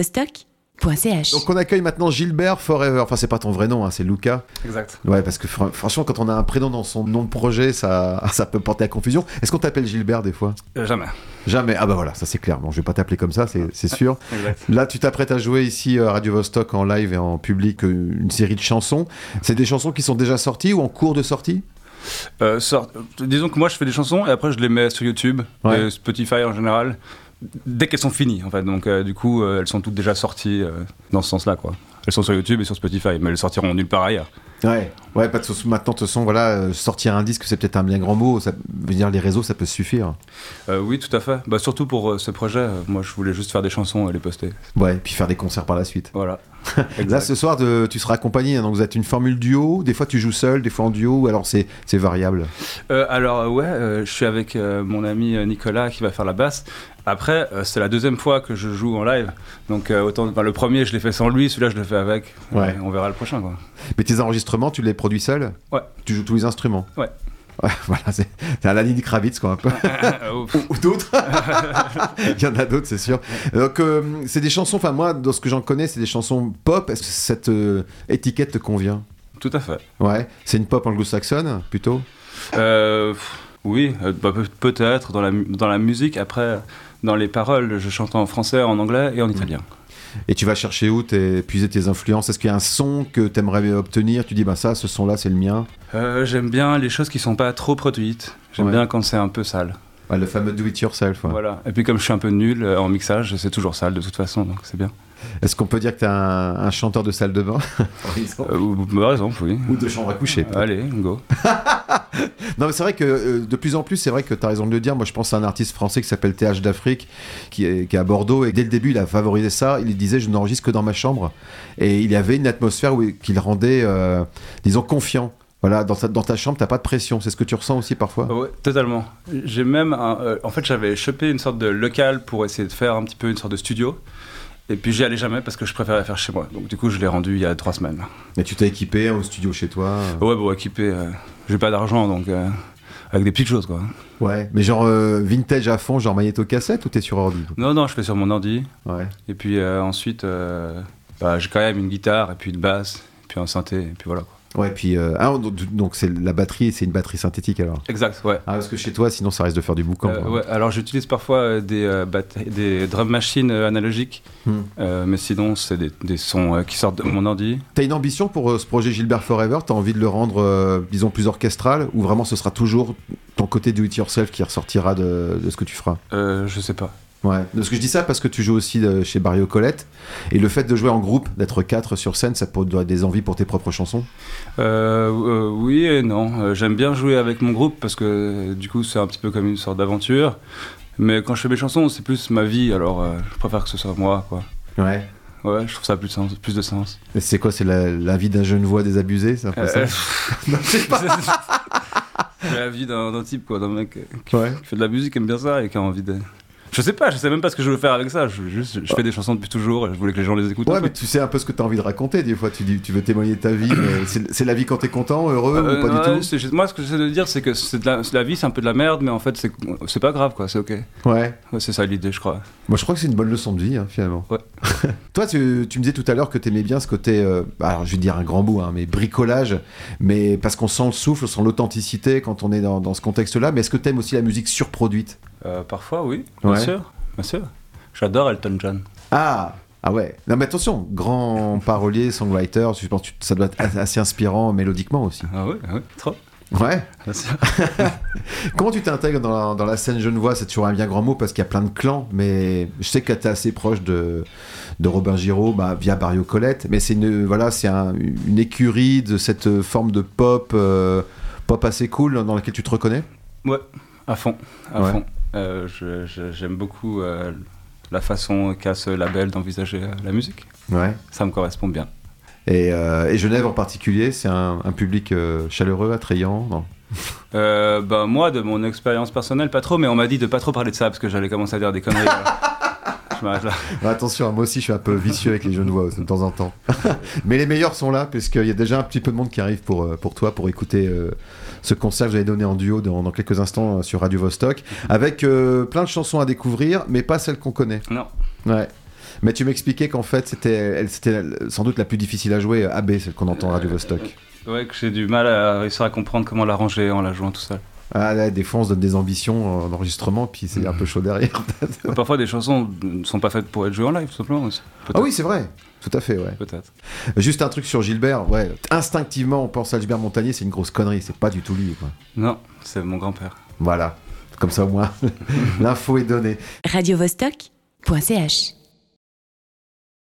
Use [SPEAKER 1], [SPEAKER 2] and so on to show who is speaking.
[SPEAKER 1] radiovostok.ch.
[SPEAKER 2] Donc on accueille maintenant Gilbert Forever. Enfin c'est pas ton vrai nom, hein, c'est Luca.
[SPEAKER 3] Exact.
[SPEAKER 2] Ouais parce que fr- franchement quand on a un prénom dans son nom de projet ça, ça peut porter à confusion. Est-ce qu'on t'appelle Gilbert des fois
[SPEAKER 3] Euh, jamais.
[SPEAKER 2] Jamais. Ah bah voilà ça c'est clair. Bon je vais pas t'appeler comme ça c'est c'est sûr.
[SPEAKER 3] Exact.
[SPEAKER 2] Là, tu t'apprêtes à jouer ici euh, à Radio Vostok en live et en public euh, une série de chansons. C'est des chansons qui sont déjà sorties ou en cours de sortie
[SPEAKER 3] Euh, sort- euh, Disons que moi, je fais des chansons et après, je les mets sur YouTube,
[SPEAKER 2] Ouais.
[SPEAKER 3] et Spotify en général, dès qu'elles sont finies, en fait. Donc, euh, du coup, euh, elles sont toutes déjà sorties euh, dans ce sens-là, quoi. Elles sont sur YouTube et sur Spotify, mais elles sortiront nulle part ailleurs.
[SPEAKER 2] Ouais. Ouais, pas de sou- Maintenant, de toute façon, voilà, euh, sortir un disque, c'est peut-être un bien grand mot. Ça veut dire les réseaux, ça peut suffire.
[SPEAKER 3] Euh, oui, tout à fait. Bah, surtout pour euh, ce projet, euh, moi, je voulais juste faire des chansons et les poster.
[SPEAKER 2] Ouais, puis faire des concerts par la suite.
[SPEAKER 3] Voilà.
[SPEAKER 2] Là, ce soir, de- tu seras accompagné. hein, donc, vous êtes une formule duo. Des fois, tu joues seul, des fois en duo. ou Alors, c'est c'est variable.
[SPEAKER 3] Euh, alors euh, ouais, euh, je suis avec euh, mon ami euh, Nicolas qui va faire la basse. Après, euh, c'est la deuxième fois que je joue en live, donc euh, autant. enfin, le premier, je l'ai fait sans lui, celui-là, je le fais avec. Euh,
[SPEAKER 2] Ouais.
[SPEAKER 3] on verra le prochain, quoi.
[SPEAKER 2] Mais tes enregistrements, tu les produis seul
[SPEAKER 3] Ouais.
[SPEAKER 2] Tu joues tous les instruments
[SPEAKER 3] Ouais.
[SPEAKER 2] Ouais, voilà, c'est c'est à la ligne Kravitz, quoi, un peu.
[SPEAKER 3] Euh, pff,
[SPEAKER 2] ou d'autres. Il y en a d'autres, c'est sûr. Donc, euh, c'est des chansons, enfin, moi, dans ce que j'en connais, c'est des chansons pop. Est-ce que cette euh, étiquette te convient
[SPEAKER 3] tout à fait.
[SPEAKER 2] Ouais, c'est une pop anglo-saxonne, plutôt.
[SPEAKER 3] Euh, pff, oui, euh, bah, peut- peut-être dans la mu- dans la musique. Après, dans les paroles, je chante en français, en anglais
[SPEAKER 2] Mm.
[SPEAKER 3] et en italien.
[SPEAKER 2] Et tu vas chercher où tes, puiser tes influences Est-ce qu'il y a un son que t'aimerais obtenir Tu dis, bah, ça, ce son-là, c'est le mien.
[SPEAKER 3] Euh, J'aime bien les choses qui sont pas trop produites. J'aime
[SPEAKER 2] Ouais.
[SPEAKER 3] bien quand c'est un peu sale.
[SPEAKER 2] Ouais, le fameux do it yourself. ouais.
[SPEAKER 3] Voilà. Et puis comme je suis un peu nul euh, en mixage, c'est toujours sale de toute façon, donc c'est bien.
[SPEAKER 2] Est-ce qu'on peut dire que t'es un, un chanteur de salle de bain par exemple Ah,
[SPEAKER 3] Euh, ou- par exemple, oui.
[SPEAKER 2] Ou de chambre à coucher peut-être.
[SPEAKER 3] Allez, go.
[SPEAKER 2] Non, mais c'est vrai que euh, de plus en plus, c'est vrai que tu as raison de le dire. Moi, je pense à un artiste français qui s'appelle TH d'Afrique, qui est, qui est à Bordeaux. Et dès le début, il a favorisé ça. Il disait Je n'enregistre que dans ma chambre. Et il y avait une atmosphère où- qui le rendait, euh, disons, confiant. Voilà, dans ta, dans ta chambre, t'as pas de pression. C'est ce que tu ressens aussi parfois.
[SPEAKER 3] Ah Ouais, totalement. J'ai même. un- euh, en fait, j'avais chopé une sorte de local pour essayer de faire un petit peu une sorte de studio. Et puis j'y allais jamais parce que je préférais faire chez moi. Donc du coup, je l'ai rendu il y a trois semaines.
[SPEAKER 2] Et tu t'es équipé au studio chez toi.
[SPEAKER 3] Ouais, bon, équipé. euh, J'ai pas d'argent, donc euh, avec des petites choses quoi.
[SPEAKER 2] Ouais. Mais genre euh, vintage à fond, genre magnéto-cassette ou t'es sur ordi
[SPEAKER 3] Non, non, je fais sur mon ordi.
[SPEAKER 2] Ouais.
[SPEAKER 3] Et puis euh, ensuite, euh, bah, j'ai quand même une guitare et puis une basse, et puis un synthé, et puis voilà. Quoi.
[SPEAKER 2] Ouais, puis. euh, ah, donc, donc c'est la batterie, c'est une batterie synthétique alors
[SPEAKER 3] Exact, ouais.
[SPEAKER 2] Ah, parce que chez toi, sinon, ça risque de faire du boucan.
[SPEAKER 3] Euh,
[SPEAKER 2] quoi.
[SPEAKER 3] ouais, alors j'utilise parfois euh, des, euh, batte- des drum machines euh, analogiques,
[SPEAKER 2] Hmm.
[SPEAKER 3] Euh, mais sinon c'est des, des sons euh, qui sortent de mon ordi.
[SPEAKER 2] T'as une ambition pour euh, ce projet Gilbert Forever T'as envie de le rendre, euh, disons, plus orchestral Ou vraiment ce sera toujours ton côté do it yourself qui ressortira de, de ce que tu feras
[SPEAKER 3] Euh, je sais pas.
[SPEAKER 2] Ouais. Parce que je dis ça parce que tu joues aussi euh, chez Barrio Colette. Et le fait de jouer en groupe, d'être quatre sur scène, ça peut te donner des envies pour tes propres chansons
[SPEAKER 3] Euh, euh, oui et non. Euh, J'aime bien jouer avec mon groupe parce que euh, du coup c'est un petit peu comme une sorte d'aventure. Mais quand je fais mes chansons, c'est plus ma vie, alors euh, je préfère que ce soit moi, quoi.
[SPEAKER 2] Ouais.
[SPEAKER 3] Ouais, je trouve ça plus de sens. Plus de sens.
[SPEAKER 2] C'est quoi C'est la, la vie d'un jeune voix désabusé C'est un peu ça
[SPEAKER 3] Euh, c'est la vie d'un d'un type, quoi, d'un mec euh, qui,
[SPEAKER 2] Ouais.
[SPEAKER 3] qui fait de la musique, qui aime bien ça et qui a envie de. Je sais pas, je sais même pas ce que je veux faire avec ça. Je, juste, je fais des chansons depuis toujours et je voulais que les gens les écoutent. un
[SPEAKER 2] Ouais,
[SPEAKER 3] peu.
[SPEAKER 2] mais tu sais un peu ce que t'as envie de raconter. Des fois, tu dis, tu veux témoigner de ta vie. mais c'est c'est la vie quand t'es content, heureux
[SPEAKER 3] Euh,
[SPEAKER 2] ou pas
[SPEAKER 3] ouais,
[SPEAKER 2] du
[SPEAKER 3] c'est- moi, ce que j'essaie de dire, c'est que c'est de la, c'est de la vie, c'est un peu de la merde, mais en fait, c'est c'est pas grave, quoi, c'est ok.
[SPEAKER 2] tout Ouais.
[SPEAKER 3] Ouais, c'est ça l'idée, je crois.
[SPEAKER 2] Moi, je crois que c'est une bonne leçon de vie, hein, finalement.
[SPEAKER 3] Ouais.
[SPEAKER 2] Toi, tu, tu me disais tout à l'heure que t'aimais bien ce côté, euh, alors je vais dire un grand mot, hein, mais bricolage, mais parce qu'on sent le souffle, on sent l'authenticité quand on est dans, dans ce contexte-là. Mais est-ce que t'aimes aussi la musique surproduite
[SPEAKER 3] Euh, parfois, oui, bien
[SPEAKER 2] Ouais.
[SPEAKER 3] sûr, bien sûr. J'adore Elton John.
[SPEAKER 2] Ah ah ouais. Non mais attention, grand parolier, songwriter, je pense que ça doit être assez inspirant mélodiquement aussi.
[SPEAKER 3] Ah oui, ah oui, trop.
[SPEAKER 2] Ouais.
[SPEAKER 3] Bien sûr.
[SPEAKER 2] Comment tu t'intègres dans la, dans la scène genevoise C'est toujours un bien grand mot parce qu'il y a plein de clans, mais je sais que tu es assez proche de, de Robin Giraud bah, via Barrio Colette, mais c'est une, voilà, c'est un- une écurie de cette forme de pop, euh, pop assez cool dans laquelle tu te reconnais
[SPEAKER 3] Ouais, à fond, à
[SPEAKER 2] Ouais.
[SPEAKER 3] fond. Euh, je- je- J'aime beaucoup euh, la façon qu'a ce label d'envisager euh, la musique.
[SPEAKER 2] Ouais.
[SPEAKER 3] Ça me correspond bien.
[SPEAKER 2] Et, euh, et Genève en particulier, c'est un, un public euh, chaleureux, attrayant. non
[SPEAKER 3] Euh, bah, moi, de mon expérience personnelle, pas trop, mais on m'a dit de pas trop parler de ça parce que j'allais commencer à dire des conneries. alors. je m'arrête là.
[SPEAKER 2] Ah, attention, moi aussi je suis un peu vicieux avec les Genevois de temps en temps. Mais les meilleurs sont là, puisqu'il y a déjà un petit peu de monde qui arrive pour, euh, pour toi, pour écouter euh, ce concert que j'avais donné en duo dans, dans quelques instants euh, sur Radio Vostok, avec euh, plein de chansons à découvrir, mais pas celles qu'on connaît.
[SPEAKER 3] Non.
[SPEAKER 2] Ouais. Mais tu m'expliquais qu'en fait, c'était, elle, c'était sans doute la plus difficile à jouer, AB, celle qu'on entend à Radio Vostok.
[SPEAKER 3] Ouais, que j'ai du mal à réussir à comprendre comment l'arranger en la jouant tout seul.
[SPEAKER 2] Ah, là, des fois, on se donne des ambitions en enregistrement, puis c'est un peu chaud derrière.
[SPEAKER 3] Parfois, des chansons ne sont pas faites pour être jouées en live, tout simplement. aussi.
[SPEAKER 2] Ah
[SPEAKER 3] Peut-être,
[SPEAKER 2] oui, c'est vrai. Tout à fait, ouais.
[SPEAKER 3] Peut-être.
[SPEAKER 2] Juste un truc sur Gilbert, ouais. Instinctivement, on pense à Gilbert Montagnier, c'est une grosse connerie, c'est pas du tout lui, quoi.
[SPEAKER 3] Non, c'est mon grand-père.
[SPEAKER 2] Voilà. Comme ça, au moins, l'info est donnée.
[SPEAKER 1] radiovostok.ch